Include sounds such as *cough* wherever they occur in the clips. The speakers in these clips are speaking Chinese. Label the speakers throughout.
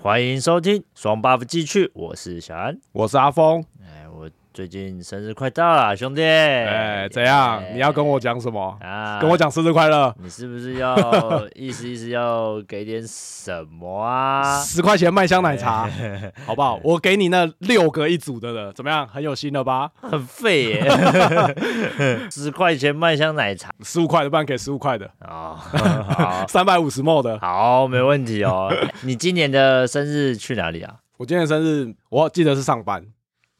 Speaker 1: 欢迎收听双 buff 继续，我是小安。
Speaker 2: 我是阿峰。
Speaker 1: 哎，我最近生日快到了，兄弟。哎
Speaker 2: 哎，怎样？你要跟我讲什么？
Speaker 1: 啊
Speaker 2: 跟我。讲生日快乐，
Speaker 1: 你是不是要意思意思要给点什么
Speaker 2: *laughs*
Speaker 1: 啊？哎
Speaker 2: 十块钱麦香奶茶，好不好？我给你那六个一组的了，怎么样？很有心了吧？
Speaker 1: 很废
Speaker 2: *laughs*
Speaker 1: 耶，十块钱麦香奶茶
Speaker 2: 十五块的，不然给十五块的， *laughs*
Speaker 1: 哦，好
Speaker 2: 三百五十 ml 的。
Speaker 1: 好，没问题哦。你今年的生日去哪里啊？
Speaker 2: 我今天的生日，我记得是上班，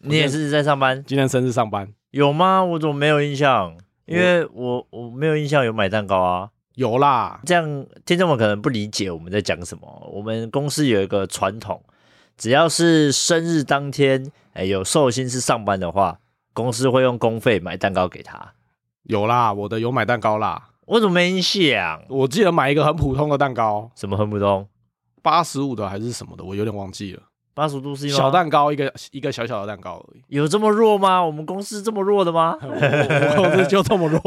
Speaker 1: 你也是在上班？
Speaker 2: 今天生日上班
Speaker 1: 有吗？我怎么没有印象？因为我我没有印象有买蛋糕啊。
Speaker 2: 有啦。
Speaker 1: 这样听众们可能不理解我们在讲什么。我们公司有一个传统，只要是生日当天，哎，有寿星是上班的话，公司会用公费买蛋糕给他。
Speaker 2: 有啦，我的有买蛋糕啦。
Speaker 1: 我怎么没印象？
Speaker 2: 我记得买一个很普通的蛋糕，
Speaker 1: 什么很普通？
Speaker 2: 八十五的还是什么的，我有点忘记了。
Speaker 1: 八十度 C 吗？，
Speaker 2: 小蛋糕一个一个小小的蛋糕而已 *laughs*
Speaker 1: 有这么弱吗？我们公司这么弱的吗？
Speaker 2: 我这就这么弱，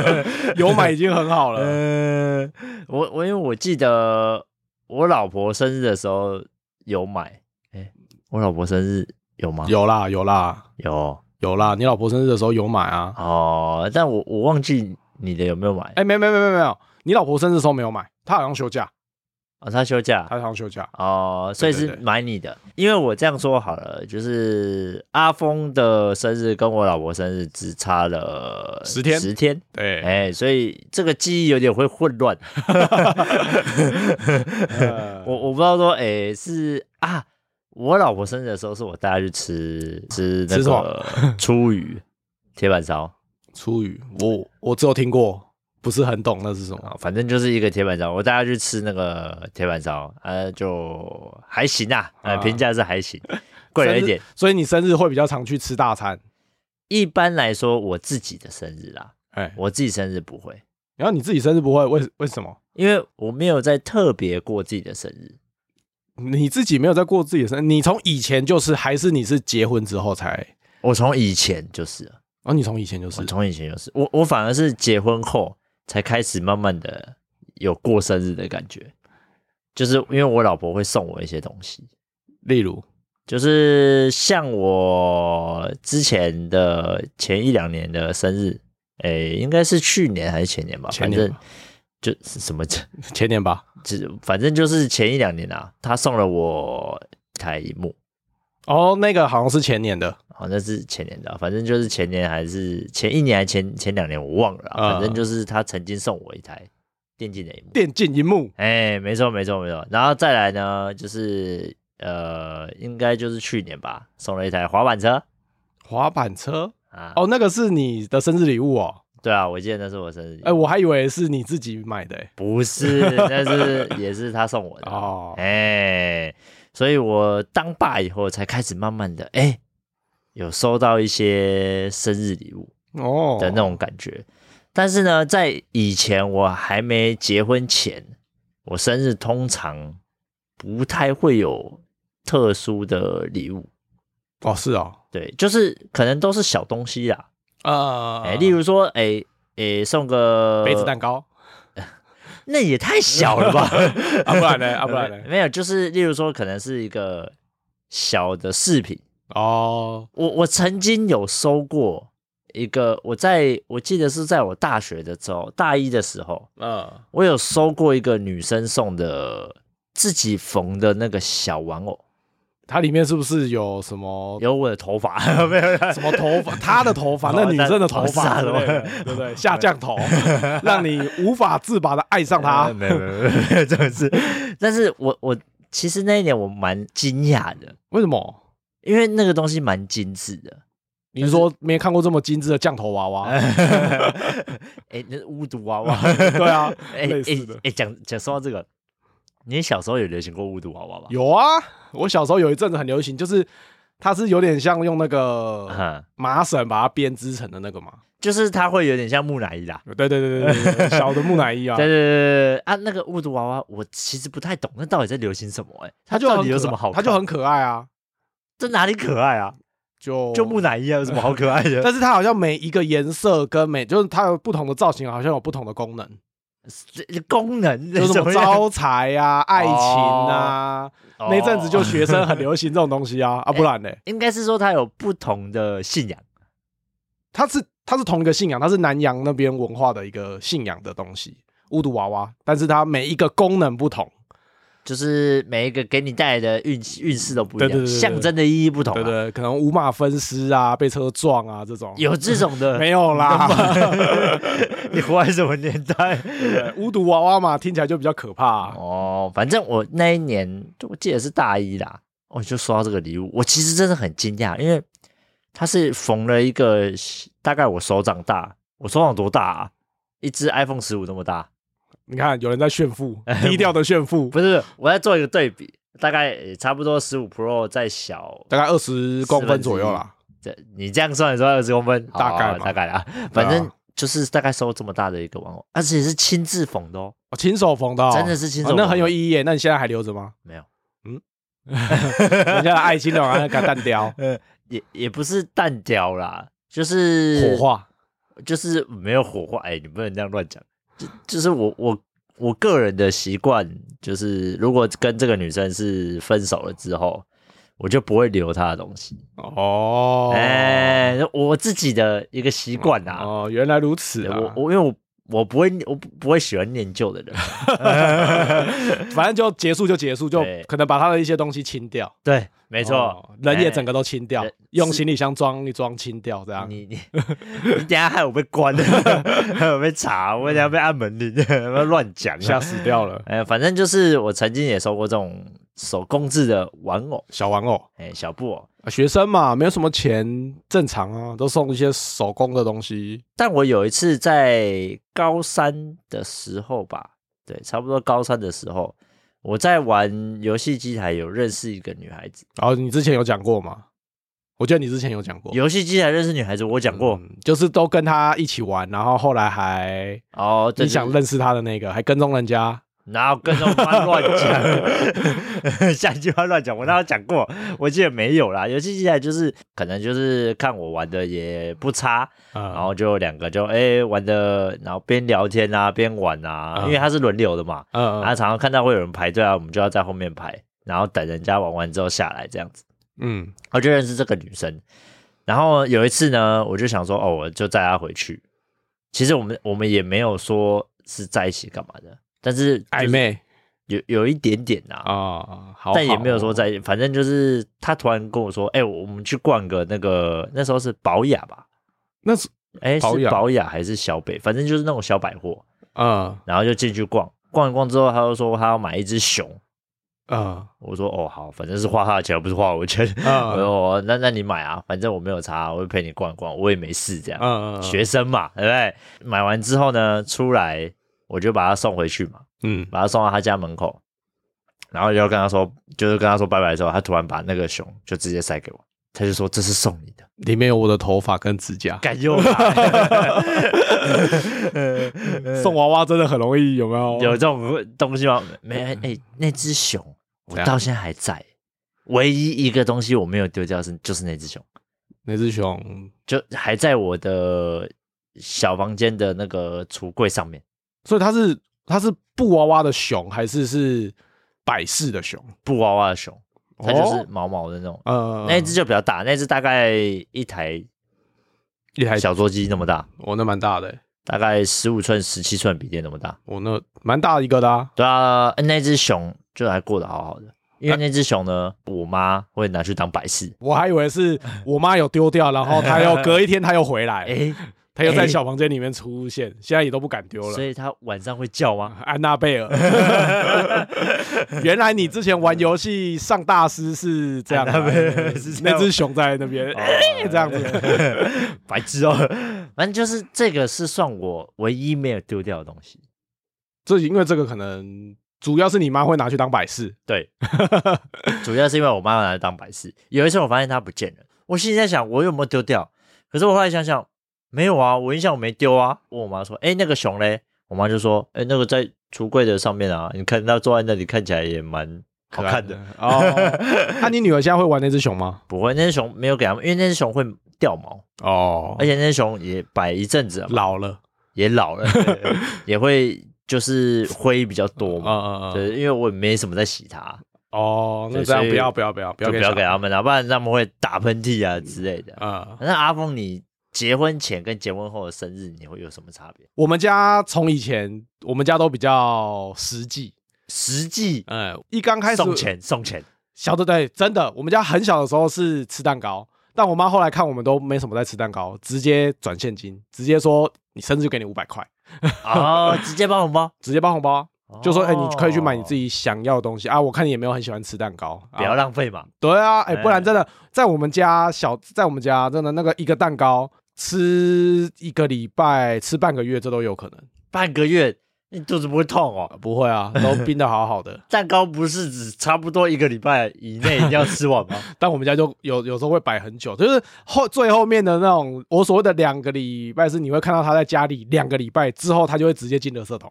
Speaker 2: *laughs* 有买已经很好了。
Speaker 1: 呃，我我因为我记得我老婆生日的时候有买，哎，我老婆生日有吗？
Speaker 2: 有啦有啦
Speaker 1: 有
Speaker 2: 有啦，你老婆生日的时候有买啊？
Speaker 1: 哦，但我我忘记你的有没有买。
Speaker 2: 哎、没没没没没有，你老婆生日的时候没有买，她好像休假，
Speaker 1: 哦，他休假
Speaker 2: 她好像休假。
Speaker 1: 哦，所以
Speaker 2: 对对
Speaker 1: 是
Speaker 2: 对
Speaker 1: 买你的。因为我这样说好了，就是阿峰的生日跟我老婆生日只差了
Speaker 2: 10天
Speaker 1: 十天，
Speaker 2: 对，
Speaker 1: 哎，所以这个记忆有点会混
Speaker 2: *laughs*
Speaker 1: 乱。
Speaker 2: 呃
Speaker 1: 我我不知道说，哎，是啊，我老婆生日的时候是我带她去吃吃那
Speaker 2: 吃什
Speaker 1: 个 *laughs*
Speaker 2: 么
Speaker 1: 初鱼铁板烧
Speaker 2: 初语，我我只有听过，不是很懂那是什么。
Speaker 1: 啊，反正就是一个铁板烧，我带她去吃那个铁板烧，呃，就还行啊，呃，
Speaker 2: 啊
Speaker 1: 评价是还行，贵了一点。
Speaker 2: 所以你生日会比较常去吃大餐。
Speaker 1: 一般来说，我自己的生日啦，
Speaker 2: 哎、
Speaker 1: 我自己生日不会，
Speaker 2: 然后你自己生日不会，为为什么？
Speaker 1: 因为我没有在特别过自己的生日。
Speaker 2: 你自己没有在过自己的生日，你从以前就是，还是你是结婚之后才？
Speaker 1: 我从以前就是了，
Speaker 2: 哦，你从以前就是
Speaker 1: 我，从以前就是，我我反而是结婚后才开始慢慢的有过生日的感觉，就是因为我老婆会送我一些东西，
Speaker 2: 例如，
Speaker 1: 就是像我之前的前一两年的生日，诶、应该是去年还是前年吧，
Speaker 2: 前年
Speaker 1: 反正就是什么
Speaker 2: 前年吧。
Speaker 1: 就是反正就是前一两年啊，他送了我一台荧幕，
Speaker 2: 哦，那个好像是前年的，
Speaker 1: 好像是前年的啊，反正就是前年还是前一年还前前两年我忘了啊、
Speaker 2: 嗯
Speaker 1: 反正就是他曾经送我一台电竞的荧幕。
Speaker 2: 电竞荧幕。
Speaker 1: 哎，没错没错没错。然后再来呢，就是呃，应该就是去年吧，送了一台滑板车
Speaker 2: 滑板车
Speaker 1: 啊。
Speaker 2: 哦，那个是你的生日礼物哦。
Speaker 1: 对啊，我记得那是我生日礼物。
Speaker 2: 哎、我还以为是你自己买的、欸。
Speaker 1: 不是，那
Speaker 2: *laughs*
Speaker 1: 是也是他送我的。
Speaker 2: 哦，
Speaker 1: 啊哎、所以我当爸以后才开始慢慢的，哎、有收到一些生日礼物
Speaker 2: 哦
Speaker 1: 的那种感觉。但是呢，在以前我还没结婚前，我生日通常不太会有特殊的礼物，
Speaker 2: 哦，是哦，
Speaker 1: 对，就是可能都是小东西啦，
Speaker 2: 呃
Speaker 1: 哎、例如说，哎、哎、送个
Speaker 2: 杯子蛋糕
Speaker 1: 那也太小了吧？
Speaker 2: *laughs*
Speaker 1: *laughs*
Speaker 2: 啊，不然呢？啊，不然呢？
Speaker 1: 没有，就是例如说，可能是一个小的饰品。
Speaker 2: 哦，
Speaker 1: 我我曾经有收过一个，我在我记得是在我大学的时候，大一的时候，
Speaker 2: 嗯，
Speaker 1: 我有收过一个女生送的自己缝的那个小玩偶，
Speaker 2: 它里面是不是有什么
Speaker 1: 有我的头发， *laughs* 没有啦
Speaker 2: 什么头发？她的头发，那女生的头
Speaker 1: 哦
Speaker 2: 发
Speaker 1: 是
Speaker 2: 之
Speaker 1: 啊
Speaker 2: 类的，对不对？下降
Speaker 1: *laughs*
Speaker 2: 头，让你无法自拔的爱上
Speaker 1: 啊，
Speaker 2: 他。
Speaker 1: 没有没有 *laughs* 没有，这个是，但是我我其实那一年我蛮惊讶的，
Speaker 2: 为什么？
Speaker 1: 因为那个东西蛮精致的，
Speaker 2: 你是说没看过这么精致的降头娃娃？
Speaker 1: *laughs* 哎、那是巫毒娃娃。
Speaker 2: *laughs* 对啊，
Speaker 1: *laughs* 哎
Speaker 2: 类
Speaker 1: 哎
Speaker 2: 似的
Speaker 1: 哎，讲讲说到这个，你小时候有流行过巫毒娃娃吧？
Speaker 2: 有啊。我小时候有一阵子很流行，就是它是有点像用那个
Speaker 1: 嗯，
Speaker 2: 麻绳把它编织成的那个嘛。
Speaker 1: 就是它会有点像木乃伊啦。
Speaker 2: 对对对对对对，小的木乃伊
Speaker 1: *laughs*
Speaker 2: 啊。
Speaker 1: 对对对对对啊，那个巫毒娃娃，我其实不太懂，那到底在流行什么、哎，
Speaker 2: 它就
Speaker 1: 到
Speaker 2: 很
Speaker 1: 底有
Speaker 2: 可
Speaker 1: 什么好
Speaker 2: 它
Speaker 1: 看？
Speaker 2: 就很可爱啊，
Speaker 1: 这哪里可爱啊？
Speaker 2: 就
Speaker 1: 就木乃伊啊，有什么好可爱的？
Speaker 2: 但哦是它好像每一个颜色跟每就是它有不同的造型，好像有不同的功能，
Speaker 1: 这这功能
Speaker 2: *laughs* 有什么
Speaker 1: 样
Speaker 2: 招财啊、爱情啊，
Speaker 1: 哦
Speaker 2: 那阵子就学生很流行这种东西
Speaker 1: *laughs*
Speaker 2: 啊，啊，不然呢？
Speaker 1: 应该是说他有不同的信仰
Speaker 2: 它是它是同一个信仰，它是南洋那边文化的一个信仰的东西，巫毒娃娃，但是它每一个功能不同，
Speaker 1: 就是每一个给你带来的运气运势都不一样，
Speaker 2: 对对对对对
Speaker 1: 象征的意义不同、啊。
Speaker 2: 对对，可能五马分尸啊，被车撞啊这种，
Speaker 1: 有这种
Speaker 2: *laughs*
Speaker 1: 的，
Speaker 2: 没有啦？
Speaker 1: 你活在什么年代？
Speaker 2: 对巫毒娃娃嘛，听起来就比较可怕、 *laughs* 啊。
Speaker 1: 哦，反正我那一年，我记得是大一啦，我就收到这个礼物，我其实真的很惊讶，因为它是缝了一个大概我手掌大，我手掌多大啊？一只 iPhone 十五那么大？
Speaker 2: 你看，有人在炫
Speaker 1: *laughs*
Speaker 2: 富，低调的炫富，
Speaker 1: 哎不是，我在做一个对比，大概也差不多十五 Pro 再小，
Speaker 2: 大概二十公分左右啦。
Speaker 1: 这你这样算也算二十公分，好
Speaker 2: 大概嘛
Speaker 1: 大概啦，反正。就是大概收这么大的一个玩偶，而且是亲自缝的哦，
Speaker 2: 哦，亲手缝的哦、
Speaker 1: 真的是亲手
Speaker 2: 哦
Speaker 1: 缝的
Speaker 2: 那很有意义耶。那你现在还留着吗？嗯
Speaker 1: 没有， *laughs*
Speaker 2: 人家的爱心的玩意给它淡掉，
Speaker 1: 也也不是淡掉啦， *laughs* 就是
Speaker 2: 火化。
Speaker 1: 就是没有火化，哎、你不能这样乱讲。就就是我我我个人的习惯，就是如果跟这个女生是分手了之后，我就不会留她的东西。
Speaker 2: 哦，
Speaker 1: 哎、我自己的一个习惯啦。
Speaker 2: 哦，原来如此
Speaker 1: 对
Speaker 2: 啊！
Speaker 1: 我我因为我我不会我不不会喜欢念旧的
Speaker 2: *laughs*
Speaker 1: 人。
Speaker 2: 反正就结束就结束，就
Speaker 1: 对
Speaker 2: 可能把他的一些东西清掉。
Speaker 1: 对，没错、
Speaker 2: 哦人也
Speaker 1: 哎
Speaker 2: 整个都清掉
Speaker 1: 人，
Speaker 2: 用
Speaker 1: 是
Speaker 2: 行李箱装一装清掉，哦这样。
Speaker 1: 你你 *laughs* 你等一下害我被关了，害我被查，我等一下被按门铃， *laughs* 不要乱讲。啊
Speaker 2: 吓死
Speaker 1: *laughs*
Speaker 2: 掉了，
Speaker 1: 哎、反正就是我曾经也收过这种手工制的玩偶，
Speaker 2: 小玩偶。
Speaker 1: 哎、小布偶。
Speaker 2: 啊学生嘛，没有什么钱，正常啊，都送一些手工的东西。
Speaker 1: 但我有一次在高三的时候吧，对，差不多高三的时候，我在玩游戏机台有认识一个女孩子，
Speaker 2: 然后你之前有讲过吗？我记得你之前有讲过，
Speaker 1: 游戏机台认识女孩子，我讲过、
Speaker 2: 哦嗯就是都跟他一起玩，然后后来还
Speaker 1: 哦，对
Speaker 2: 你想，认识他的那个，还跟踪人家，
Speaker 1: 然后跟着妈乱
Speaker 2: *laughs*
Speaker 1: 讲， *laughs* 下一句话乱讲，我哪有讲过？我记得没有啦。游戏机台就是可能就是看我玩的也不差，然
Speaker 2: 嗯
Speaker 1: 后就两个就哎、玩的，然后边聊天啊边玩啊，
Speaker 2: 嗯
Speaker 1: 因为它是轮流的嘛，
Speaker 2: 嗯
Speaker 1: 然后常常看到会有人排队啊，我们就要在后面排，然后等人家玩完之后下来这样子。
Speaker 2: 嗯
Speaker 1: 我就认识这个女生，然后有一次呢，我就想说，哦，我就载她回去。其实我们我们也没有说是在一起干嘛的，但是就是
Speaker 2: 暧昧
Speaker 1: 有有一点点呐、啊，
Speaker 2: 啊，好哦
Speaker 1: 但也没有说
Speaker 2: 在
Speaker 1: 在一起，反正就是她突然跟我说，哎、我们去逛个那个那时候是宝雅吧，
Speaker 2: 那是
Speaker 1: 哎、
Speaker 2: 宝
Speaker 1: 是
Speaker 2: 雅
Speaker 1: 宝雅还是小北，反正就是那种小百货，
Speaker 2: 嗯
Speaker 1: 然后就进去逛，逛一逛之后，她就说她要买一只熊，
Speaker 2: 嗯
Speaker 1: 我说哦好，反正是花他的钱，不是花我的钱。 *laughs* 我
Speaker 2: 嗯
Speaker 1: 说哦，那那你买啊，反正我没有差，我会陪你逛一逛，我也没事这样。
Speaker 2: 嗯
Speaker 1: 学生嘛，对不对？买完之后呢，出来我就把他送回去嘛，
Speaker 2: 嗯
Speaker 1: 把他送到他家门口，然后就跟他说，就是跟他说拜拜的时候，他突然把那个熊就直接塞给我，他就说这是送你的。
Speaker 2: 里面有我的头发跟指甲，呃
Speaker 1: 敢用
Speaker 2: *laughs*
Speaker 1: *laughs* 来
Speaker 2: 送娃娃真的很容易，有没有？
Speaker 1: 有这种东西吗？哦啊没，哎、那只熊我
Speaker 2: 怎样
Speaker 1: 到现在还在，唯一一个东西我没有丢掉是就是那只熊，
Speaker 2: 那只熊，
Speaker 1: 就还在我的小房间的那个橱柜上面，
Speaker 2: 所以它是它是布娃娃的熊，还是是百事的熊？
Speaker 1: 布娃娃的熊，它就是
Speaker 2: 哦
Speaker 1: 毛毛的那种，
Speaker 2: 呃，
Speaker 1: 那一只就比较大，那只大概一台
Speaker 2: 一台小，
Speaker 1: 小桌机那么大，
Speaker 2: 我那蛮大的欸，
Speaker 1: 大概十五寸、十七寸笔电那么大。
Speaker 2: 我那蛮大一个的啊。
Speaker 1: 对啊，那只熊就还过得好好的，因为那只熊呢，我妈会拿去当摆饰。
Speaker 2: 我还以为是我妈有丢掉，然后她又隔一天她又回
Speaker 1: *laughs*
Speaker 2: 来，
Speaker 1: 哎、
Speaker 2: 她又在
Speaker 1: 哎
Speaker 2: 小房间里面出现，现在也都不敢丢了
Speaker 1: 所。以它晚上会叫吗？
Speaker 2: 安娜贝
Speaker 1: *laughs*
Speaker 2: 尔，原来你之前玩游戏上大师是这样的啊，
Speaker 1: 安娜贝尔是这样哦
Speaker 2: 那只熊在那边哎 *laughs* 这样子，
Speaker 1: *laughs* 白痴哦、反正就是这个是算我唯一没有丢掉的东西。
Speaker 2: 这因为这个可能主要是你妈会拿去当摆饰，
Speaker 1: 对， *laughs* 主要是因为我妈妈拿来当摆饰。有一次我发现它不见了，我心里在想我有没有丢掉，可是我后来想想没有啊，我印象我没丢啊。问我妈说，哎、那个熊嘞？我妈就说，哎、那个在橱柜的上面啊，你看它坐在那里，看起来也蛮好看的。
Speaker 2: 哦。 *laughs* 那你女儿现在会玩那只熊吗？
Speaker 1: 不会，那只熊没有给他们，因为那只熊会掉毛，
Speaker 2: 哦
Speaker 1: 而，且那只熊也摆一阵子了嘛，
Speaker 2: 老了，
Speaker 1: 也老
Speaker 2: *laughs*
Speaker 1: 了，对也会就是灰比较多
Speaker 2: 嗯
Speaker 1: 嘛。
Speaker 2: 嗯嗯，
Speaker 1: 对，因为我也没什么在洗它，
Speaker 2: 哦，那
Speaker 1: 对
Speaker 2: 这样
Speaker 1: 所以
Speaker 2: 不要不要不要
Speaker 1: 就
Speaker 2: 不要
Speaker 1: 不要给
Speaker 2: 小
Speaker 1: 他们啊，不然他们会打喷嚏啊之类的。
Speaker 2: 啊、
Speaker 1: 那阿峰，你结婚前跟结婚后的生日，你会有什么差别？
Speaker 2: 我们家从以前我们家都比较实际，
Speaker 1: 实际
Speaker 2: 呃，一刚开
Speaker 1: 嗯
Speaker 2: 始
Speaker 1: 送钱送
Speaker 2: *laughs*
Speaker 1: 钱，
Speaker 2: 小的对，真的，我们家很小的时候是吃蛋糕，但我妈后来看我们都没什么在吃蛋糕，直接转现金，直接说你生日就给你五百块，
Speaker 1: 哦，直接包红包，
Speaker 2: 直接包红包啊，就说哎、你可以去买你自
Speaker 1: 己，
Speaker 2: 己想要的东西啊。我看你也没有很喜欢吃蛋糕，啊
Speaker 1: 哦不要浪费嘛。
Speaker 2: 对啊，哎、
Speaker 1: 哎
Speaker 2: 不然真的在我们家小，在我们家真的那个一个蛋糕吃一个礼拜，吃半个月这都有可能，
Speaker 1: 半个月你肚子不会痛
Speaker 2: 啊
Speaker 1: 哦。。
Speaker 2: 不会啊，都冰的好好的
Speaker 1: 蛋糕不是指差不多一个礼拜以内一定要吃完
Speaker 2: *laughs*
Speaker 1: 吗？ *laughs*
Speaker 2: 但我们家就有有时候会摆很久，就是后最后面的那种，我所谓的两个礼拜是你会看到他在家里两个礼拜之后，他就会直接进
Speaker 1: *laughs*
Speaker 2: 垃圾桶。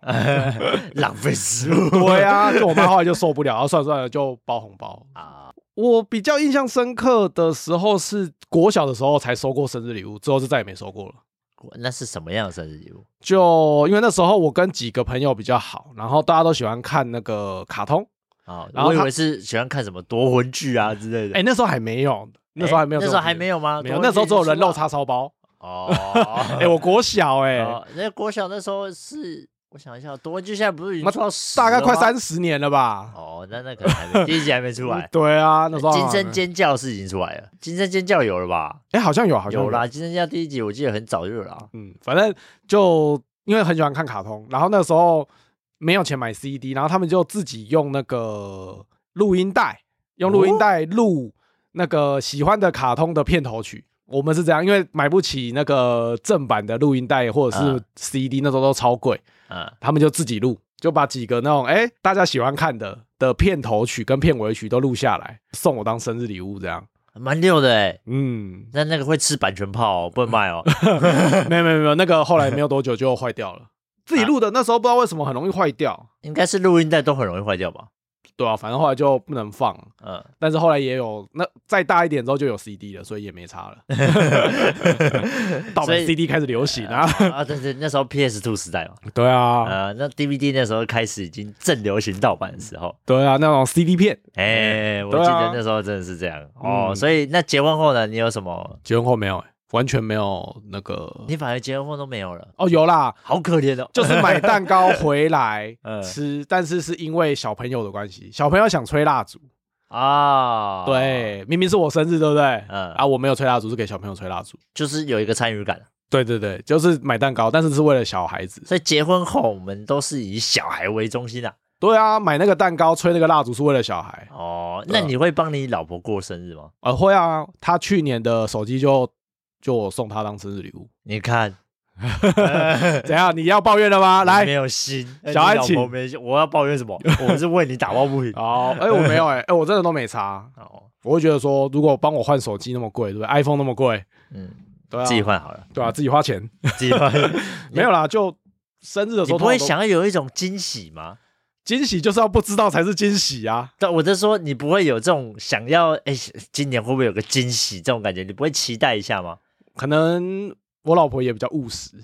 Speaker 1: 浪费食物。
Speaker 2: 对啊，就我妈后来就受不了，然后算了算了，就包红包
Speaker 1: 啊。
Speaker 2: 我比较印象深刻的时候是国小的时候才收过生日礼物，之后就再也没收过了。
Speaker 1: 那是什么样的生日礼物？
Speaker 2: 就因为那时候我跟几个朋友比较好，然后大家都喜欢看那个卡通，
Speaker 1: 哦，
Speaker 2: 然后
Speaker 1: 我以
Speaker 2: 他
Speaker 1: 为是喜欢看什么夺魂剧啊之类的。哎
Speaker 2: 哎、那时候还没有，那时候还没有
Speaker 1: 那
Speaker 2: 这种东西，
Speaker 1: 时候还没有啊吗？
Speaker 2: 没有，那时候只有人肉叉烧包。
Speaker 1: 哦。 *laughs*
Speaker 2: 哎、我国小 *laughs* 哎、
Speaker 1: 哦，那国小那时候是，我想一下，夺魂剧现在不是已经
Speaker 2: 那
Speaker 1: 出到10
Speaker 2: 大概快
Speaker 1: 了吗啊
Speaker 2: 三十年了吧？
Speaker 1: 哦，那那可能还没第一集还没出来。
Speaker 2: 对啊， *laughs* 那时候
Speaker 1: 金声尖叫是已经出来了，金声尖叫有了吧？
Speaker 2: 哎、好像有，好像
Speaker 1: 有啦，金声尖叫第一集我记得很早就有了啊。
Speaker 2: 嗯，反正就因为很喜欢看卡通，然后那时候没有钱买 CD，然后他们就自己用那个录音带，用录音带录那个喜欢的卡通的片头曲。我们是这样，因为买不起那个正版的录音带或者是
Speaker 1: 嗯
Speaker 2: CD，、那时候都超贵，
Speaker 1: 嗯，
Speaker 2: 他们就自己录，就把几个那种哎、大家喜欢看的的片头曲跟片尾曲都录下来，送我当生日礼物这样。
Speaker 1: 蛮溜的哎。，
Speaker 2: 嗯
Speaker 1: *laughs* 那那个会吃版权炮、哦，不能卖
Speaker 2: *laughs*
Speaker 1: 哦。
Speaker 2: 没有没有没有，那个后来没有多久就坏掉
Speaker 1: *laughs*
Speaker 2: 了，自己录的那时候不知道为什么很容易坏掉。
Speaker 1: 应该是录音带都很容易坏掉吧？
Speaker 2: 对啊，反正后来就不能放，
Speaker 1: 嗯，
Speaker 2: 但是后来也有那再大一点之后就有 CD 了，所以也
Speaker 1: *laughs*
Speaker 2: 没差了。盗
Speaker 1: 所
Speaker 2: 版
Speaker 1: 以
Speaker 2: CD 开始流行啊，
Speaker 1: 啊，对对，那时候 PS Two 时代嘛，
Speaker 2: 对啊，
Speaker 1: 啊，那 DVD 那时候开始已经正流行盗版的时候，
Speaker 2: 对啊，那种 CD 片，
Speaker 1: 哎，我
Speaker 2: 对
Speaker 1: 记
Speaker 2: 啊
Speaker 1: 得那时候真的是这样哦。
Speaker 2: 嗯
Speaker 1: 所以那结婚后呢，你有什么？
Speaker 2: 结婚后没有、欸，完全没有那个
Speaker 1: 你反而结婚后都没有了，
Speaker 2: 哦，有啦，
Speaker 1: 好可怜哦。
Speaker 2: 就是买蛋糕回 *laughs* 来
Speaker 1: 嗯
Speaker 2: 吃，但是是因为小朋友的关系，小朋友想吹蜡烛，
Speaker 1: 啊，，
Speaker 2: 哦对，明明是我生日，对不对？
Speaker 1: 嗯
Speaker 2: 啊，我没有吹蜡烛，是给小朋友吹蜡烛。
Speaker 1: 就是有一个参与感。
Speaker 2: 对对对，就是买蛋糕，但是是为了小孩子。
Speaker 1: 所以结婚后，我们都是以小孩为中心啊。
Speaker 2: 对啊，买那个蛋糕、吹那个蜡烛是为了小孩。
Speaker 1: 哦，
Speaker 2: 对
Speaker 1: 那
Speaker 2: 啊
Speaker 1: 你会帮你老婆过生日吗？
Speaker 2: 呃，会啊，他去年的手机就就我送他当生日礼物。
Speaker 1: 你看，
Speaker 2: 怎样？哎你要抱怨了吗？
Speaker 1: 没
Speaker 2: *laughs* 来，
Speaker 1: 有心，
Speaker 2: *laughs* 小
Speaker 1: 你
Speaker 2: 爱
Speaker 1: 老
Speaker 2: 请
Speaker 1: 婆没心，我要抱怨什么？我是为你打抱不
Speaker 2: *laughs*
Speaker 1: 平。
Speaker 2: 哦，哎、我没有、哎，哎，我真的都没差。
Speaker 1: 哦，
Speaker 2: 我会觉得说，如果帮我换手机那么贵，对不对？iPhone 那么贵，
Speaker 1: 嗯，
Speaker 2: 对啊，
Speaker 1: 自己换好了，
Speaker 2: 对啊，自己花钱
Speaker 1: 自己
Speaker 2: *laughs*
Speaker 1: 换。
Speaker 2: 没有啦，就生日的
Speaker 1: 你
Speaker 2: 时候
Speaker 1: 不会
Speaker 2: 通常都
Speaker 1: 想要有一种惊喜吗？
Speaker 2: 惊喜，就是要不知道才是惊喜啊。
Speaker 1: 但我在说，你不会有这种想要，哎，今年会不会有个惊喜这种感觉？你不会期待一下吗？
Speaker 2: 可能我老婆也比较
Speaker 1: *laughs*
Speaker 2: 务实，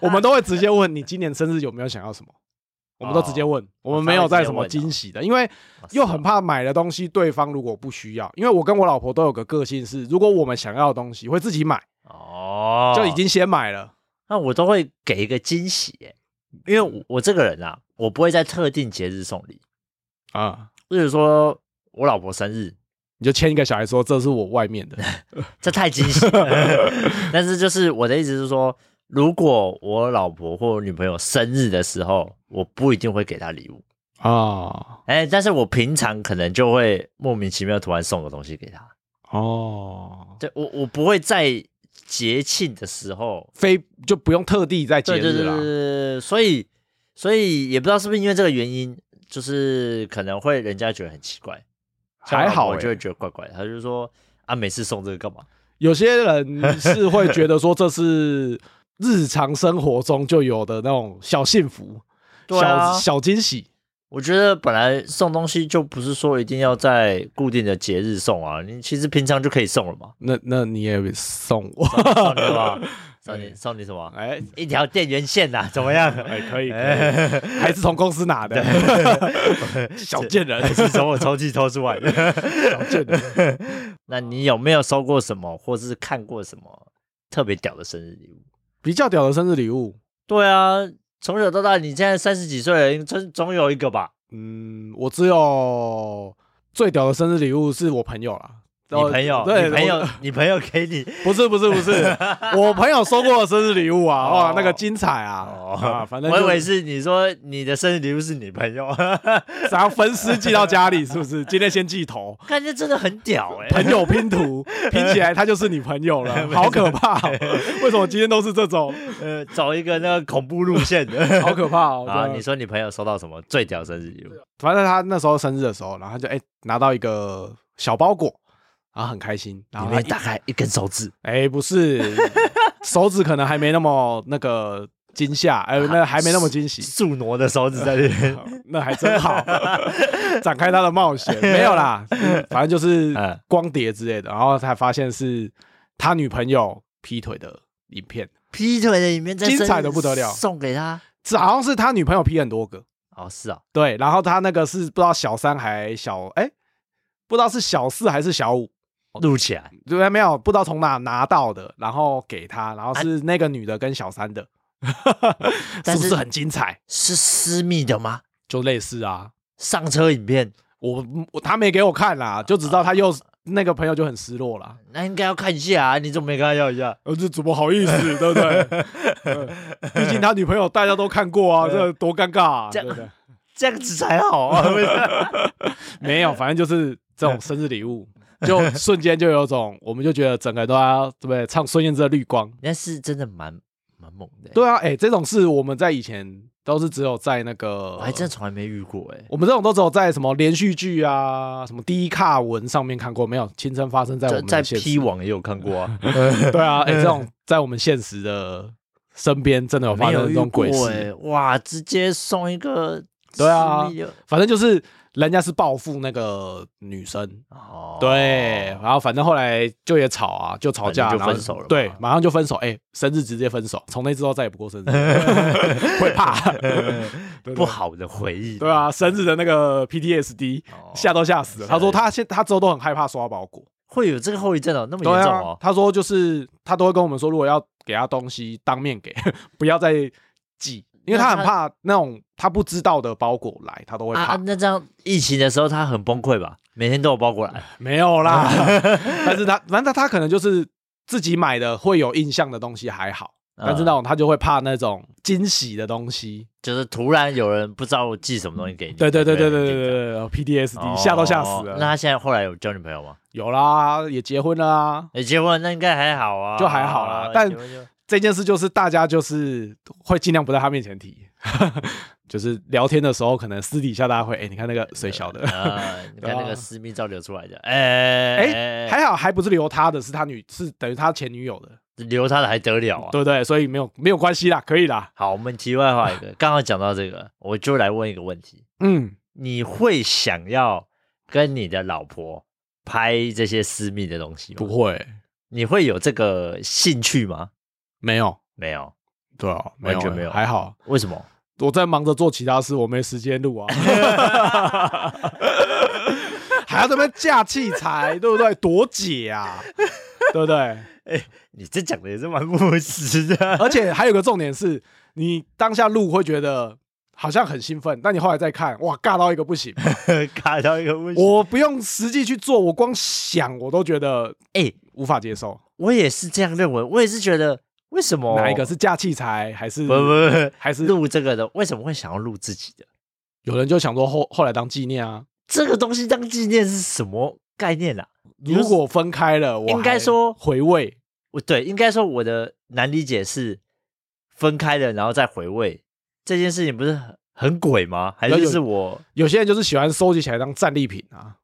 Speaker 2: 我们都会直接问你今年生日有没有想要什么，我们都直接
Speaker 1: 哦
Speaker 2: 问，我们没有在什么惊喜的，因为又很怕买的东西对方如果不需要，因为我跟我老婆都有个个性是，如果我们想要的东西会自己买，
Speaker 1: 哦，
Speaker 2: 就已经先买了。
Speaker 1: 那我都会给一个惊喜耶，因为我我这个人啊，我不会在特定节日送礼，
Speaker 2: 啊，
Speaker 1: 例如说我老婆生日，
Speaker 2: 你就签一个小孩说这是我外面
Speaker 1: *laughs*
Speaker 2: 的，
Speaker 1: 这太惊喜 *laughs* 了。但是就是我的意思是说，如果我老婆或我女朋友生日的时候，我不一定会给她礼物，
Speaker 2: 啊，
Speaker 1: 哎，但是我平常可能就会莫名其妙突然送个东西给她。
Speaker 2: 哦，
Speaker 1: 对我我不会在节庆的时候，
Speaker 2: 非就不用特地在节
Speaker 1: 对对
Speaker 2: 日
Speaker 1: 对对
Speaker 2: 啦，
Speaker 1: 对，所以所以也不知道是不是因为这个原因，就是可能会人家觉得很奇怪。像
Speaker 2: 还好
Speaker 1: 我就
Speaker 2: 欸
Speaker 1: 会觉得怪怪的。他就说啊，每次送这个干嘛？
Speaker 2: 有些人是会觉得说这是日常生活中就有的那种小幸福、
Speaker 1: 对啊
Speaker 2: 小小惊喜。。
Speaker 1: 我觉得本来送东西就不是说一定要在固定的节日送啊，你其实平常就可以送了嘛
Speaker 2: 那那你也送我，
Speaker 1: 送你什么？ *laughs* 送你送你什么？啊
Speaker 2: 哎
Speaker 1: 一条电源线呐、怎么样？
Speaker 2: *laughs* 哎，可以，可以还是从公司拿的， *laughs* 小贱
Speaker 1: *laughs*
Speaker 2: 人
Speaker 1: 还，是从我抽屉抽出来的。 *laughs*
Speaker 2: 小贱人。
Speaker 1: 那你有没有收过什么，或是看过什么特别屌的生日礼物？
Speaker 2: 比较屌的生日礼物，
Speaker 1: 对啊，从小到大，你现在三十几岁了，总总有一个吧？
Speaker 2: 嗯，我只有最屌的生日礼物是我朋友啦。
Speaker 1: 你朋友，
Speaker 2: 对
Speaker 1: 你朋友
Speaker 2: 我， *laughs*
Speaker 1: 你朋友给 *laughs* 你，
Speaker 2: 不是不是不是，
Speaker 1: *laughs*
Speaker 2: 我朋友收过的生日礼物啊，哇
Speaker 1: 哦，
Speaker 2: 那个精彩啊！啊，反正
Speaker 1: 我以
Speaker 2: 就
Speaker 1: 为是你说你的生日礼物是你朋友， *laughs*
Speaker 2: 然后分尸寄到家里，是不是？今天先寄头，
Speaker 1: 感觉真的很屌哎、
Speaker 2: 朋友
Speaker 1: *laughs*
Speaker 2: 拼图拼起来，他就是你朋友了，好可怕哦！为什么今天都是这
Speaker 1: *laughs*
Speaker 2: 种？
Speaker 1: 呃，走一个那个恐怖路线的。
Speaker 2: *laughs* 好可怕哦！啊
Speaker 1: 好，
Speaker 2: 真的
Speaker 1: 你说你朋友收到什么最屌生日礼物？
Speaker 2: 反正他那时候生日的时候，然后他就哎、拿到一个小包裹，然后很开心，然
Speaker 1: 里
Speaker 2: 后他
Speaker 1: 面
Speaker 2: 一
Speaker 1: 大概一根手指，
Speaker 2: 哎、
Speaker 1: *laughs*
Speaker 2: 不是手指可能还没那么那个惊吓，哎、那还没那么惊喜，
Speaker 1: 竖挪的手指在那
Speaker 2: *laughs*
Speaker 1: 边。
Speaker 2: 那还真好，展开他的冒险没有啦，嗯反正就是
Speaker 1: 嗯
Speaker 2: 光碟之类的，然后才发现是他女朋友劈腿的影片，
Speaker 1: 劈腿的里面在
Speaker 2: 精彩
Speaker 1: 生日
Speaker 2: 得不得了
Speaker 1: 送给他。
Speaker 2: 这好像是他女朋友劈很多个，
Speaker 1: 哦，是啊，
Speaker 2: 对，然后他那个是不知道小三还小哎、不知道是小四还是小五。
Speaker 1: 哦录起来。
Speaker 2: 对，没有，不知道从哪拿到的，然后给他，然后是那个女的跟小三的，
Speaker 1: 但
Speaker 2: 是不
Speaker 1: 是
Speaker 2: 是很精彩？
Speaker 1: 是私密的吗？
Speaker 2: 就类似啊，
Speaker 1: 上车影片，
Speaker 2: 我我他没给我看啦，就只知道他又那个朋友就很失落啦。
Speaker 1: 那应该要看一下啊！你怎么没跟他要一下？
Speaker 2: 呃，这怎么好意思，对不对？毕竟他女朋友大家都看过啊，这多尴尬啊，
Speaker 1: 这
Speaker 2: 对
Speaker 1: 样
Speaker 2: 不对？
Speaker 1: 这样子才好 *laughs* 啊！
Speaker 2: 没有，反正就是这种生日礼物，就瞬间就有种，我们就觉得整个都要对不对？唱孙燕姿的《绿光》，
Speaker 1: 那是真的蛮蛮猛的欸、
Speaker 2: 对啊，哎、这种事我们在以前都是只有在那个，
Speaker 1: 我还真从来没遇过哎、
Speaker 2: 我们这种都只有在什么连续剧啊、什么低卡文上面看过，没有亲身发生在我
Speaker 1: 在
Speaker 2: 们
Speaker 1: 在
Speaker 2: 的现
Speaker 1: P
Speaker 2: 实。
Speaker 1: 网也有看过
Speaker 2: *laughs*
Speaker 1: 啊，
Speaker 2: 对啊，哎、这种在我们现实的身边真的有发
Speaker 1: 没
Speaker 2: 生
Speaker 1: 有
Speaker 2: 这
Speaker 1: 遇
Speaker 2: 种
Speaker 1: 过
Speaker 2: 鬼事。
Speaker 1: 哎、哇，直接送一个
Speaker 2: 对啊
Speaker 1: 私密的
Speaker 2: 反正就是人家是报复那个女生，
Speaker 1: 哦，
Speaker 2: 对，
Speaker 1: *laughs*
Speaker 2: 然后反正后来就也吵啊，就吵架，
Speaker 1: 反正就
Speaker 2: 然后
Speaker 1: 分手了嘛
Speaker 2: 对，马上就分手，哎、生日直接分手，从那之后再也不
Speaker 1: *laughs*
Speaker 2: 过生日了，会怕，对
Speaker 1: 不，好的回忆，
Speaker 2: 对啊，生日的那个 PTSD
Speaker 1: 哦
Speaker 2: 吓都吓死了，他说他现他之后都很害怕收到包裹。
Speaker 1: 会有这个后遗症哦，那么
Speaker 2: 对
Speaker 1: 严重
Speaker 2: 啊
Speaker 1: 哦，，
Speaker 2: 他说就是他都会跟我们说，如果要给他东西，当面给， *laughs* 不要再寄，因为
Speaker 1: 那
Speaker 2: 他
Speaker 1: 他
Speaker 2: 很怕那种他不知道的包裹来，他都会
Speaker 1: 啊
Speaker 2: 怕。
Speaker 1: 啊那这样疫情的时候他很崩溃吧？每天都有包裹来，
Speaker 2: 没有啦，但是他反正他他可能就是自己买的会有印象的东西还好，但 *laughs* 是那种他就会怕那种惊喜的东西。
Speaker 1: 啊就是突然有人不知道寄什么东西给你，
Speaker 2: 对对对对对对
Speaker 1: 你
Speaker 2: 对
Speaker 1: 紧张
Speaker 2: 对对，PDSD
Speaker 1: 哦
Speaker 2: 吓都吓死
Speaker 1: 那
Speaker 2: 了。
Speaker 1: 他现在后来有交女朋友吗？
Speaker 2: 有啦，也结婚啦、
Speaker 1: 诶，结婚那应该还好啊，
Speaker 2: 就还好啦
Speaker 1: 啊
Speaker 2: 但
Speaker 1: 结婚就
Speaker 2: 这件事就是大家就是会尽量不在他面前提， *laughs* 就是聊天的时候可能私底下大家会，哎、你看那个水小的，
Speaker 1: 啊，你看那
Speaker 2: *laughs* 对
Speaker 1: 个
Speaker 2: 啊
Speaker 1: 私密照流出来的，哎
Speaker 2: 哎、
Speaker 1: 哎，
Speaker 2: *laughs* 还好还不是留他的，是他女是等于他前女友的，
Speaker 1: 留他的还得了啊？
Speaker 2: 对不对？所以没有没有关系啦，可以啦，
Speaker 1: 好，我们题外话一个，刚好讲到这个，我就来问一个问题：
Speaker 2: 嗯，
Speaker 1: 你会想要跟你的老婆拍这些私密的东西吗？
Speaker 2: 不，会，
Speaker 1: 你会有这个兴趣吗？
Speaker 2: 没有，
Speaker 1: 没有，
Speaker 2: 对啊，没有
Speaker 1: 完全没有
Speaker 2: 还好。
Speaker 1: 为什么？
Speaker 2: 我在忙着做其他事，我没时间录啊， *laughs* 还要这边架器材，对不对？多解啊， *laughs* 对不对？
Speaker 1: *laughs* 你这讲的也是蛮务实的。
Speaker 2: 而且还有个重点是，你当下录会觉得好像很兴奋，但你后来再看，哇，尬到一个不
Speaker 1: *laughs*
Speaker 2: 行。
Speaker 1: 卡到一个问题。
Speaker 2: 我不用实际去做，我光想我都觉得
Speaker 1: 哎、
Speaker 2: 无法接受。
Speaker 1: 我也是这样认为，我也是觉得为什么
Speaker 2: 哪一个是架器材，还是
Speaker 1: 哦不不
Speaker 2: 还
Speaker 1: 不
Speaker 2: 是
Speaker 1: 录这个的？为什么会想要录自己的？
Speaker 2: 有人就想说后后来当纪念啊？
Speaker 1: 这个东西当纪念是什么概念啊？
Speaker 2: 如果分开了，我
Speaker 1: 应该
Speaker 2: 还
Speaker 1: 说
Speaker 2: 回味，
Speaker 1: 我对应该说我的难理解是分开了，然后再回味这件事情，不是很很鬼吗？还
Speaker 2: 有
Speaker 1: 是
Speaker 2: 有
Speaker 1: 是我
Speaker 2: 有些人就是喜欢收集起来当战利品啊。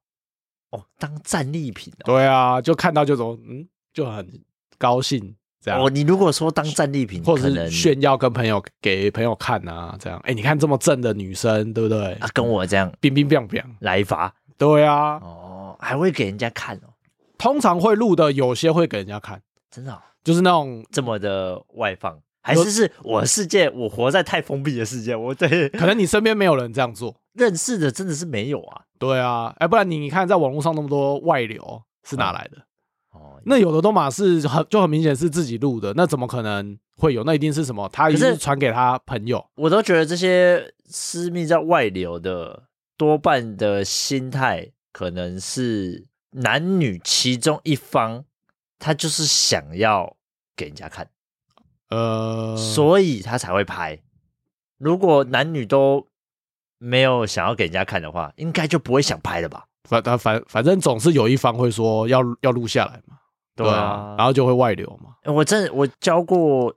Speaker 1: 哦当战利品哦？
Speaker 2: 对啊，就看到就走，嗯，就很高兴，这样
Speaker 1: 哦，你如果说当战利品，
Speaker 2: 或
Speaker 1: 可
Speaker 2: 者
Speaker 1: 能
Speaker 2: 是炫耀跟朋友给朋友看啊，这样。哎、你看这么正的女生，对不对？
Speaker 1: 啊，跟我这样
Speaker 2: 冰冰冰冰，
Speaker 1: 来罚
Speaker 2: 对啊，
Speaker 1: 哦，还会给人家看哦，
Speaker 2: 通常会录的有些会给人家看，
Speaker 1: 真的哦、
Speaker 2: 就是那种
Speaker 1: 这么的外放，还是是我的世界，我活在太封闭的世界，我对
Speaker 2: 可能你身边没有人这样做，
Speaker 1: *laughs* 认识的真的是没有啊。
Speaker 2: 对啊，哎、不然你你看在网络上那么多外流是哪来的？
Speaker 1: 哦，
Speaker 2: 那有的都嘛是很就很明显是自己录的，那怎么可能会有？那一定是什么？他一定
Speaker 1: 可
Speaker 2: 是
Speaker 1: 是
Speaker 2: 传给他朋友，
Speaker 1: 我都觉得这些私密在外流的，多半的心态可能是男女其中一方，他就是想要给人家看，
Speaker 2: 呃，
Speaker 1: 所以他才会拍。如果男女都没有想要给人家看的话，应该就不会想拍了吧？
Speaker 2: 反反反反正总是有一方会说要要录下来嘛，
Speaker 1: 啊，
Speaker 2: 然后就会外流嘛。
Speaker 1: 我真的我交过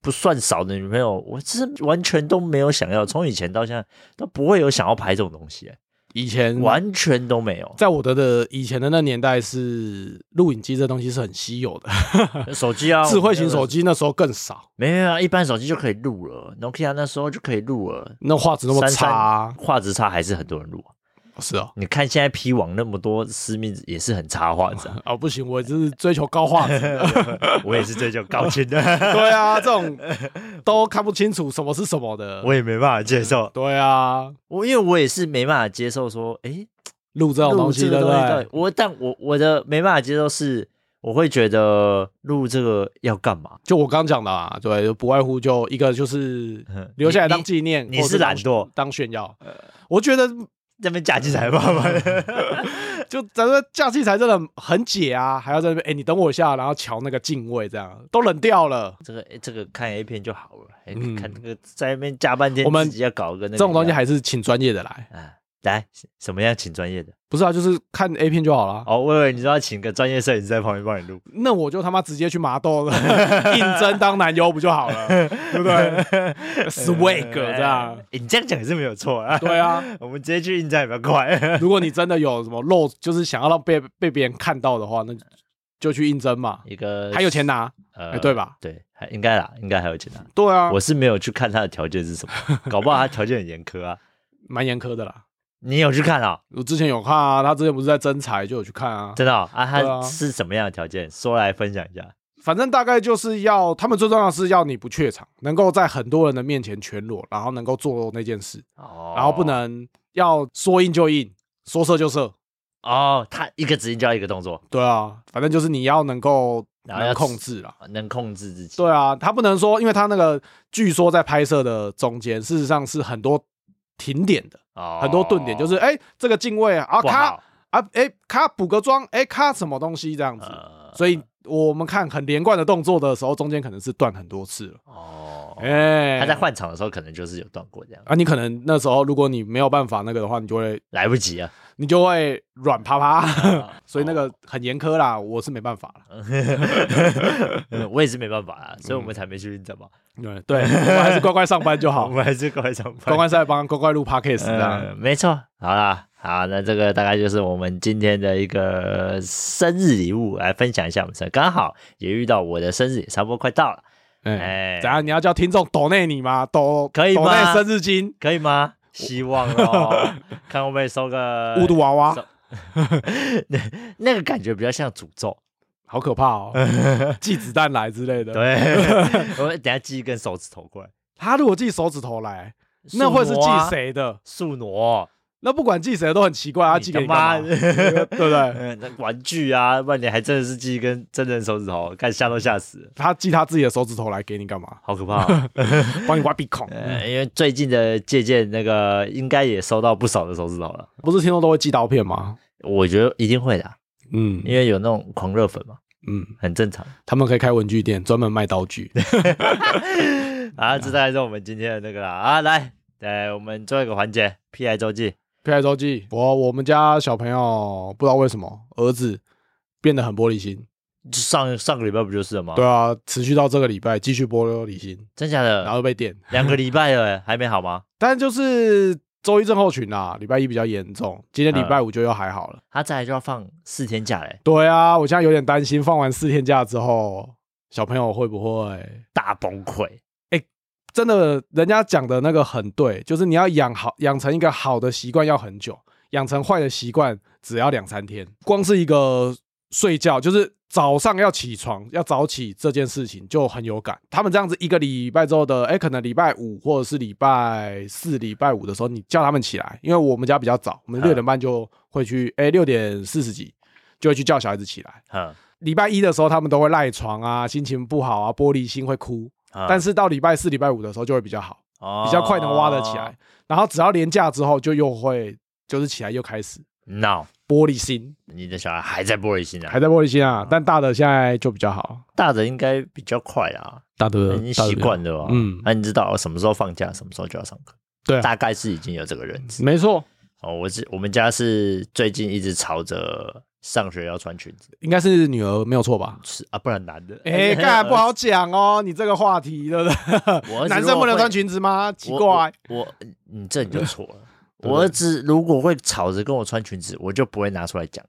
Speaker 1: 不算少的女朋友，我真的完全都没有想要，从以前到现在都不会有想要拍这种东西、欸
Speaker 2: 以前
Speaker 1: 完全都没有。
Speaker 2: 在我的的以前的那年代是录影机这东西是很稀有的，
Speaker 1: 手机啊，
Speaker 2: *laughs* 智慧型
Speaker 1: 我们那个
Speaker 2: 手机那时候更少，
Speaker 1: 没有啊，一般手机就可以录了，Nokia 那时候就可以录了。
Speaker 2: 那画质那么
Speaker 1: 三
Speaker 2: 差啊、
Speaker 1: 画质差还是很多人录啊、
Speaker 2: 是哦。，
Speaker 1: 你看现在 P 网那么多私密也是很差画质、啊
Speaker 2: *laughs* 啊、不行，我就是追求高画
Speaker 1: *laughs*
Speaker 2: 质的。
Speaker 1: 我也是追求高清的， *laughs*
Speaker 2: 对啊，这种都看不清楚什么是什么的。
Speaker 1: 我也没办法接受。
Speaker 2: 对啊，
Speaker 1: 我因为我也是没办法接受说，诶，
Speaker 2: 录这种
Speaker 1: 录
Speaker 2: 东西，
Speaker 1: 这
Speaker 2: 对
Speaker 1: 个
Speaker 2: 不
Speaker 1: 东西到底
Speaker 2: 对？
Speaker 1: 我但我我的没办法接受是，我会觉得录这个要干嘛？
Speaker 2: 就我刚讲的啊，对，不外乎就一个就是
Speaker 1: 嗯
Speaker 2: 留下来当
Speaker 1: 你
Speaker 2: 纪念，
Speaker 1: 你
Speaker 2: 或者
Speaker 1: 是懒
Speaker 2: 当
Speaker 1: 惰
Speaker 2: 当炫耀。我觉得
Speaker 1: 这边假期才爸爸，
Speaker 2: 就咱们假期才真的很解啊，还要在那边哎、你等我一下，然后瞧那个敬畏，这样都冷掉了。
Speaker 1: *laughs* 这个诶这个看 A 片就好了，诶
Speaker 2: 嗯
Speaker 1: 看那个在那边加半天，
Speaker 2: 我们
Speaker 1: 自己要搞个那个
Speaker 2: 这种东
Speaker 1: 一
Speaker 2: 西
Speaker 1: 样
Speaker 2: 还是请专业的来，
Speaker 1: 啊，来什么样请专业的？
Speaker 2: 不是啊，就是看 A 片就好了。
Speaker 1: 哦，我以为你说要请个专业摄影师在旁边帮你录，
Speaker 2: 那我就他妈直接去麻豆了， *laughs* 应征当男优不就好
Speaker 1: *laughs*
Speaker 2: 了，对不对？swag 这样，
Speaker 1: 诶哎你这样讲也是没有错啊。
Speaker 2: 对啊。
Speaker 1: *laughs* 我们直接去应战也比较快。 *laughs*
Speaker 2: 如果你真的有什么漏，就是想要让被被别人看到的话，那就去应征嘛，
Speaker 1: 一个
Speaker 2: 还有钱，拿，哎
Speaker 1: 呃
Speaker 2: 对？吧？
Speaker 1: 对，还应该啦，应该还有钱拿。
Speaker 2: 对啊，
Speaker 1: 我是没有去看他的条件是什
Speaker 2: *laughs*
Speaker 1: 么，搞不好他条件很严苛啊。
Speaker 2: 蛮严苛的啦。
Speaker 1: 你有去看啊？
Speaker 2: 我之前有看啊，他之前不是在征才就有去看啊，
Speaker 1: 真的哦啊？
Speaker 2: 对啊
Speaker 1: 他是什么样的条件？说来分享一下。
Speaker 2: 反正大概就是要他们最重要的是要你不怯场，能够在很多人的面前全裸，然后能够做那件事，
Speaker 1: 哦
Speaker 2: 然后不能要说硬就硬，说射就射。
Speaker 1: 哦，他一个指令就要一个动作，
Speaker 2: 对啊，反正就是你要能够
Speaker 1: 然后要
Speaker 2: 能控制啦。
Speaker 1: 能控制自己。
Speaker 2: 对啊，他不能说，因为他那个据说在拍摄的中间，事实上是很多停点的，
Speaker 1: 哦，
Speaker 2: 很多顿点，就是哎、这个敬畏啊啊
Speaker 1: 不
Speaker 2: 咔
Speaker 1: 好。
Speaker 2: 啊哎咔补个妆哎咔什么东西这样子，
Speaker 1: 呃
Speaker 2: 所以我们看很连贯的动作的时候，中间可能是断很多次了。
Speaker 1: 哦，
Speaker 2: 哎、
Speaker 1: 他在换场的时候可能就是有断过这样，
Speaker 2: 啊，你可能那时候如果你没有办法那个的话，你就会
Speaker 1: 来不
Speaker 2: *laughs*
Speaker 1: 及啊。
Speaker 2: 你就会软趴趴，
Speaker 1: 啊
Speaker 2: *laughs* 所以那个很严苛啦，我是没办法了。
Speaker 1: 嗯我也是没办法啊，所以我们才没去运动嘛。
Speaker 2: 对对，我们还是乖乖上班就
Speaker 1: 嗯 *laughs* 我
Speaker 2: 嗯好，
Speaker 1: 们还是乖上
Speaker 2: 乖
Speaker 1: 班。
Speaker 2: 乖上班，乖乖录 podcast 这样。
Speaker 1: 嗯，没错。好啦，好，那这个大概就是我们今天的一个生日礼物，来分享一下我们生日。刚好也遇到我的生日，也差不多快到了，
Speaker 2: 哎
Speaker 1: 哎，
Speaker 2: 怎样？你要叫听众抖内你吗？抖
Speaker 1: 可以
Speaker 2: 抖
Speaker 1: 吗
Speaker 2: 内生日金，
Speaker 1: 可以吗？希望 *laughs* 哦，看会不会收个
Speaker 2: 巫毒娃娃，
Speaker 1: 收那那个感觉比较像诅咒。
Speaker 2: 好可怕
Speaker 1: *laughs*
Speaker 2: 哦！寄子弹来之类的。，
Speaker 1: 对， *laughs* 我们等一下寄一根手指头过来，
Speaker 2: 他如果寄手指头来，那会是
Speaker 1: 宿傩啊
Speaker 2: 寄？谁的？
Speaker 1: 树挪， *laughs*
Speaker 2: 那不管寄谁的都很奇怪，他
Speaker 1: 你
Speaker 2: 寄
Speaker 1: 他
Speaker 2: 给你
Speaker 1: *laughs*
Speaker 2: 干
Speaker 1: 妈
Speaker 2: 嘛对不对？
Speaker 1: 嗯，那玩具啊，不然你还真的是寄一根真人手指头，看吓都吓死了，
Speaker 2: 他寄他自己的手指头来给你干嘛？
Speaker 1: 好可 *laughs* 怕、哦
Speaker 2: 帮你挖鼻孔。
Speaker 1: 呃因为最近的借鉴那个应该也收到不少的手指头了，
Speaker 2: 不是听说都会寄刀片吗？
Speaker 1: 我觉得一定会的啊，
Speaker 2: 嗯
Speaker 1: 因为有那种狂热粉嘛，
Speaker 2: 嗯，
Speaker 1: 很正常。
Speaker 2: 他们可以开文具店，专门卖刀具。
Speaker 1: 啊，这大概是我们今天的那个啦。啊，来，来，我们最后一个环节，P I 周记。
Speaker 2: 皮埃周记，我我们家小朋友不知道为什么儿子变得很玻璃心。
Speaker 1: 上上个礼拜不就是了吗？
Speaker 2: 对，啊，持续到这个礼拜继续玻璃心，
Speaker 1: 真假
Speaker 2: 然
Speaker 1: 的？
Speaker 2: 后被电。
Speaker 1: 两个礼拜了，哎还没好吗？
Speaker 2: 但就是周一症候群啦，礼拜一比较严重，今天
Speaker 1: 嗯
Speaker 2: 礼拜五就又还好了。
Speaker 1: 他再来就要放四天假嘞。哎
Speaker 2: 对啊，我现在有点担心，放完四天假之后，小朋友会不会
Speaker 1: 大崩溃。
Speaker 2: 真的，人家讲的那个很对，就是你要养好，养成一个好的习惯要很久，养成坏的习惯只要两三天。光是一个睡觉，就是早上要起床要早起这件事情就很有感。他们这样子一个礼拜之后的，哎，可能礼拜五或者是礼拜四、礼拜五的时候，你叫他们起来，因为我们家比较早，我们
Speaker 1: 嗯
Speaker 2: 六点半就会去，哎，六点四十几就会去叫小孩子起来。
Speaker 1: 嗯，
Speaker 2: 礼拜一的时候，他们都会赖床啊，心情不好啊，玻璃心会哭。但
Speaker 1: 是
Speaker 2: 是到礼拜四、礼拜五的时候就会比较好，比
Speaker 1: 比
Speaker 2: 较快能挖得起来。。然后只要连假之后，就又会就是起来又开始
Speaker 1: No，
Speaker 2: 玻璃心，
Speaker 1: 你的小孩还在玻璃心啊
Speaker 2: 还，在玻璃心啊。但大的现在就比较好，
Speaker 1: 大的应该比较快啊，
Speaker 2: 大的
Speaker 1: 已经习惯了吧？
Speaker 2: 嗯
Speaker 1: 那、你知道什么时候放假，什么时候就要上课？
Speaker 2: 对啊
Speaker 1: 大概是已经有这个认知。
Speaker 2: 没错，
Speaker 1: 哦，我是我们家是最近一直朝着上学要穿裙子
Speaker 2: 应该是女儿没有错吧？
Speaker 1: 是啊，不然男的。 *laughs*
Speaker 2: 哎，干不好讲哦，你这个话题对不
Speaker 1: 我儿子
Speaker 2: 对？男生不能穿裙子吗？奇怪，
Speaker 1: 我，我你这你就错
Speaker 2: *laughs*
Speaker 1: 了。
Speaker 2: 对
Speaker 1: 我儿子如果会吵着跟我穿裙子，我就不会拿出来讲，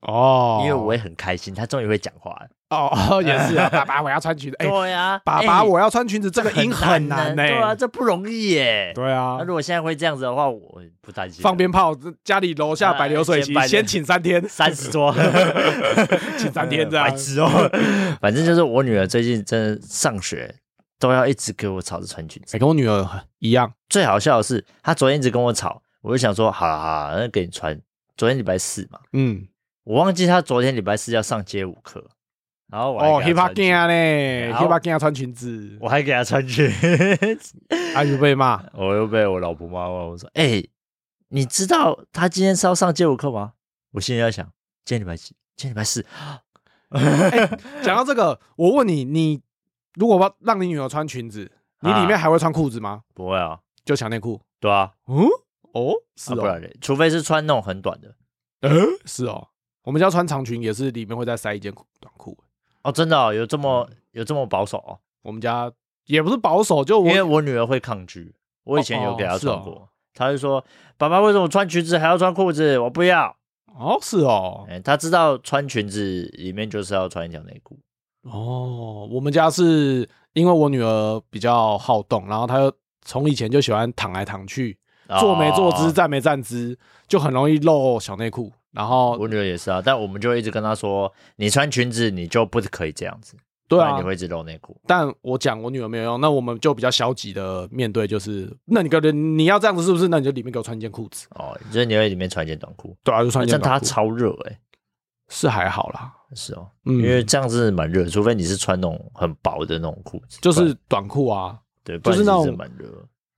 Speaker 2: 哦
Speaker 1: 因为我也很开心，他终于会讲话了。
Speaker 2: 哦哦也
Speaker 1: *laughs*
Speaker 2: 是啊，爸爸我要穿裙子，哎，
Speaker 1: 对啊，
Speaker 2: 爸
Speaker 1: 哎
Speaker 2: 爸我要穿裙子，这个
Speaker 1: 很
Speaker 2: 音很难呢
Speaker 1: 呢，，对啊，这不容易耶。
Speaker 2: 对啊
Speaker 1: 那，如果现在会这样子的话，我不担心了。
Speaker 2: 放鞭炮，这家里楼下摆流水席
Speaker 1: 哎，先
Speaker 2: 先请三天，
Speaker 1: 三十桌，
Speaker 2: *laughs*
Speaker 1: *laughs*
Speaker 2: 请三天这样
Speaker 1: 白痴哦。反正就是我女儿最近真的上学都要一直给我吵着穿裙子。
Speaker 2: 哎，跟我女儿很一样，
Speaker 1: 最好笑的是，她昨天一直跟我吵，我就想说，好了好了，那给你穿。昨天礼拜四嘛，
Speaker 2: 嗯，
Speaker 1: 我忘记她昨天礼拜四要上街舞课，然后我
Speaker 2: 哦
Speaker 1: 还给
Speaker 2: ，hip
Speaker 1: 她
Speaker 2: hop
Speaker 1: 穿裙
Speaker 2: gang 嘞
Speaker 1: 然后
Speaker 2: ，hip hop gang 啊穿裙子，
Speaker 1: 我还给她穿裙子，
Speaker 2: 啊，有被骂，
Speaker 1: 我又被我老婆妈问我说，哎、你知道她今天是要上街舞课吗？我心里在想，今天礼拜几？今天礼拜四，
Speaker 2: 讲到这个，我问你，你如果要让你女儿穿裙子，你
Speaker 1: 啊
Speaker 2: 里面还会穿裤子吗？
Speaker 1: 不会啊，
Speaker 2: 就小内裤？
Speaker 1: 对啊，
Speaker 2: 嗯，哦，是
Speaker 1: 啊不
Speaker 2: 哦
Speaker 1: 然，嘞除非是穿那种很短的。
Speaker 2: 嗯，是哦，我们家穿长裙也是里面会再塞一件裤短裤，
Speaker 1: 哦，真的哦、有这么
Speaker 2: 嗯
Speaker 1: 有这么保守哦，
Speaker 2: 我们家也不是保守，就我
Speaker 1: 因为我女儿会抗拒，我以前有给她穿过，
Speaker 2: 哦
Speaker 1: 她就说：“爸爸为什么穿裙子还要穿裤子？我不要。
Speaker 2: 哦，是哦，
Speaker 1: 哎，她知道穿裙子里面就是要穿一条内裤，
Speaker 2: 哦，我们家是因为我女儿比较好动，然后她又从以前就喜欢躺来躺去，坐没坐姿，
Speaker 1: 哦
Speaker 2: 站没站姿，就很容易露小内裤。然后
Speaker 1: 我女儿也是啊，但我们就一直跟她说：“你穿裙子你就不可以这样子，
Speaker 2: 对
Speaker 1: 不然
Speaker 2: 啊
Speaker 1: 你，会一直露内裤。
Speaker 2: 但我讲我女儿没有用，那我们就比较消极的面对，就是那你个人你要这样子是不是？那你就里面给我穿一件裤子，”
Speaker 1: 哦，就是你会里面穿一件短裤，
Speaker 2: 对啊，就穿一件
Speaker 1: 但她
Speaker 2: 短裤。
Speaker 1: 超热哎、
Speaker 2: 是还好啦，
Speaker 1: 是哦，
Speaker 2: 嗯，
Speaker 1: 因为这样子蛮热，除非你是穿那种很薄的那种裤子，
Speaker 2: 就
Speaker 1: 不然
Speaker 2: 是短裤啊，
Speaker 1: 对，
Speaker 2: 就是
Speaker 1: 不然
Speaker 2: 那
Speaker 1: 其
Speaker 2: 种
Speaker 1: 实蛮热。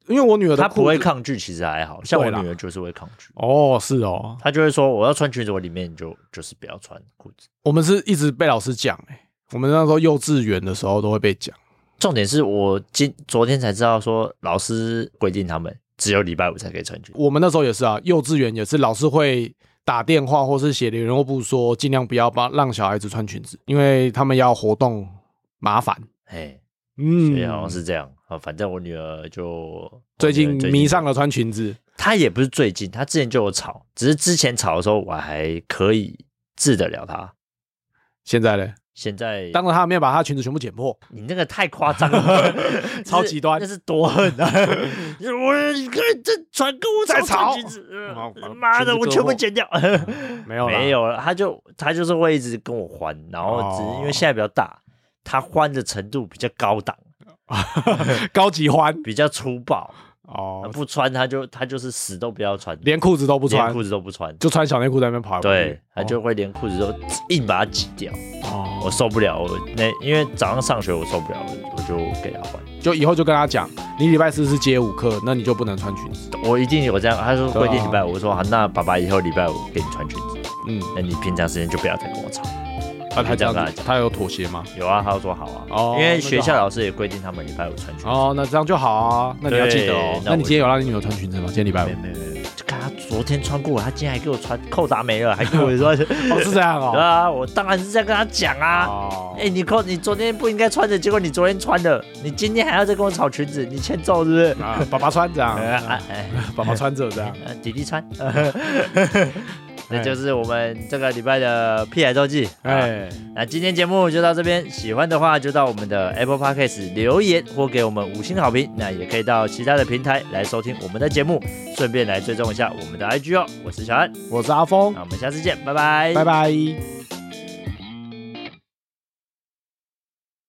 Speaker 2: 因为我女儿的
Speaker 1: 她不
Speaker 2: 裤
Speaker 1: 会
Speaker 2: 子
Speaker 1: 抗拒，其实还好像我
Speaker 2: 对啦
Speaker 1: 女儿就是会抗拒，
Speaker 2: 哦，是哦，
Speaker 1: 她就会说我要穿裙子，我里面就就是不要穿裤子。
Speaker 2: 我们是一直被老师讲哎、欸我们那时候幼稚园的时候都会被讲。
Speaker 1: 重点是我今昨天才知道说老师规定他们只有礼拜五才可以穿裙子。
Speaker 2: 我们那时候也是啊，幼稚园也是，老师会打电话或是写联络部说，尽量不要帮让小孩子穿裙子，因为他们要活动麻烦。
Speaker 1: 哎，
Speaker 2: 嗯
Speaker 1: 所以好像是这样啊。反正我女儿就
Speaker 2: 最近
Speaker 1: 我女儿
Speaker 2: 迷上了穿裙子，
Speaker 1: 她也不是最近，她之前就有吵，只是之前吵的时候我还可以治得了她。
Speaker 2: 现在呢，
Speaker 1: 现在
Speaker 2: 当着他的面把他裙子全部剪破，，
Speaker 1: 你那个太夸张了
Speaker 2: *laughs* 超极端
Speaker 1: 那是多恨
Speaker 2: *laughs*
Speaker 1: 啊！我一个人在传跟我
Speaker 2: 在
Speaker 1: 吵
Speaker 2: 吵
Speaker 1: 裙子，
Speaker 2: 妈
Speaker 1: 呃妈的，
Speaker 2: 全部
Speaker 1: 我
Speaker 2: 割
Speaker 1: 全部
Speaker 2: 破
Speaker 1: 剪掉。
Speaker 2: *laughs* 没有啦
Speaker 1: 没有了，他就他就是会一直跟我还，然后只是
Speaker 2: 哦
Speaker 1: 因为现在比较大，他还的程度比较高档，
Speaker 2: 高级欢
Speaker 1: 比较粗暴，
Speaker 2: 哦，
Speaker 1: 啊不穿他就他就是死都不要穿，
Speaker 2: 连裤子都不
Speaker 1: 连
Speaker 2: 穿
Speaker 1: 裤，子都不穿。
Speaker 2: 就哦穿小内裤在那边跑来跑去。
Speaker 1: 对，他就会连裤子都硬把它挤掉，
Speaker 2: 哦，
Speaker 1: 我受不了。我那因为早上上学我受不了，我我就给他还。
Speaker 2: 就以后就跟他讲，你礼拜四是街舞课，那你就不能穿裙子。
Speaker 1: 我一定有这样，他说
Speaker 2: 对啊
Speaker 1: 规定礼拜五，我说好，那爸爸以后礼拜五给你穿裙子，
Speaker 2: 嗯，
Speaker 1: 那你平常时间就不要再跟我吵。
Speaker 2: 那他这
Speaker 1: 这样跟他
Speaker 2: 样子，他有妥协吗？
Speaker 1: 有啊，他就说好啊，
Speaker 2: 哦
Speaker 1: 因为学校老师也规定他们礼拜五穿裙子。
Speaker 2: 哦，那这样就好啊，那你要记得哦
Speaker 1: 对。那
Speaker 2: 那你
Speaker 1: 我
Speaker 2: 今天有让你女儿穿裙子吗？今天礼拜五
Speaker 1: *laughs* 没。有没有没有，就看他昨天穿过，他今天还给我穿扣打没了，还跟我
Speaker 2: *laughs*
Speaker 1: 说，
Speaker 2: 哦，是这样
Speaker 1: 对
Speaker 2: 哦。
Speaker 1: 啊，我当然是在跟他讲啊。
Speaker 2: 哦
Speaker 1: 哎、你扣，你昨天不应该穿的，结果你昨天穿的，你今天还要再跟我吵裙子，你欠揍是不是？ *laughs*
Speaker 2: 啊，爸爸穿这样，
Speaker 1: 哎哎 *laughs*
Speaker 2: 爸爸穿着这样。
Speaker 1: 哎，弟弟穿，这就是我们这个礼拜的屁孩周记。哎，
Speaker 2: 哎，
Speaker 1: 那今天节目就到这边，喜欢的话就到我们的 Apple Podcast 留言或给我们五星好评。那也可以到其他的平台来收听我们的节目，顺便来追踪一下我们的 IG 哦。我是小安，
Speaker 2: 我是阿峰
Speaker 1: 那，我们下次见，拜拜，
Speaker 2: 拜拜。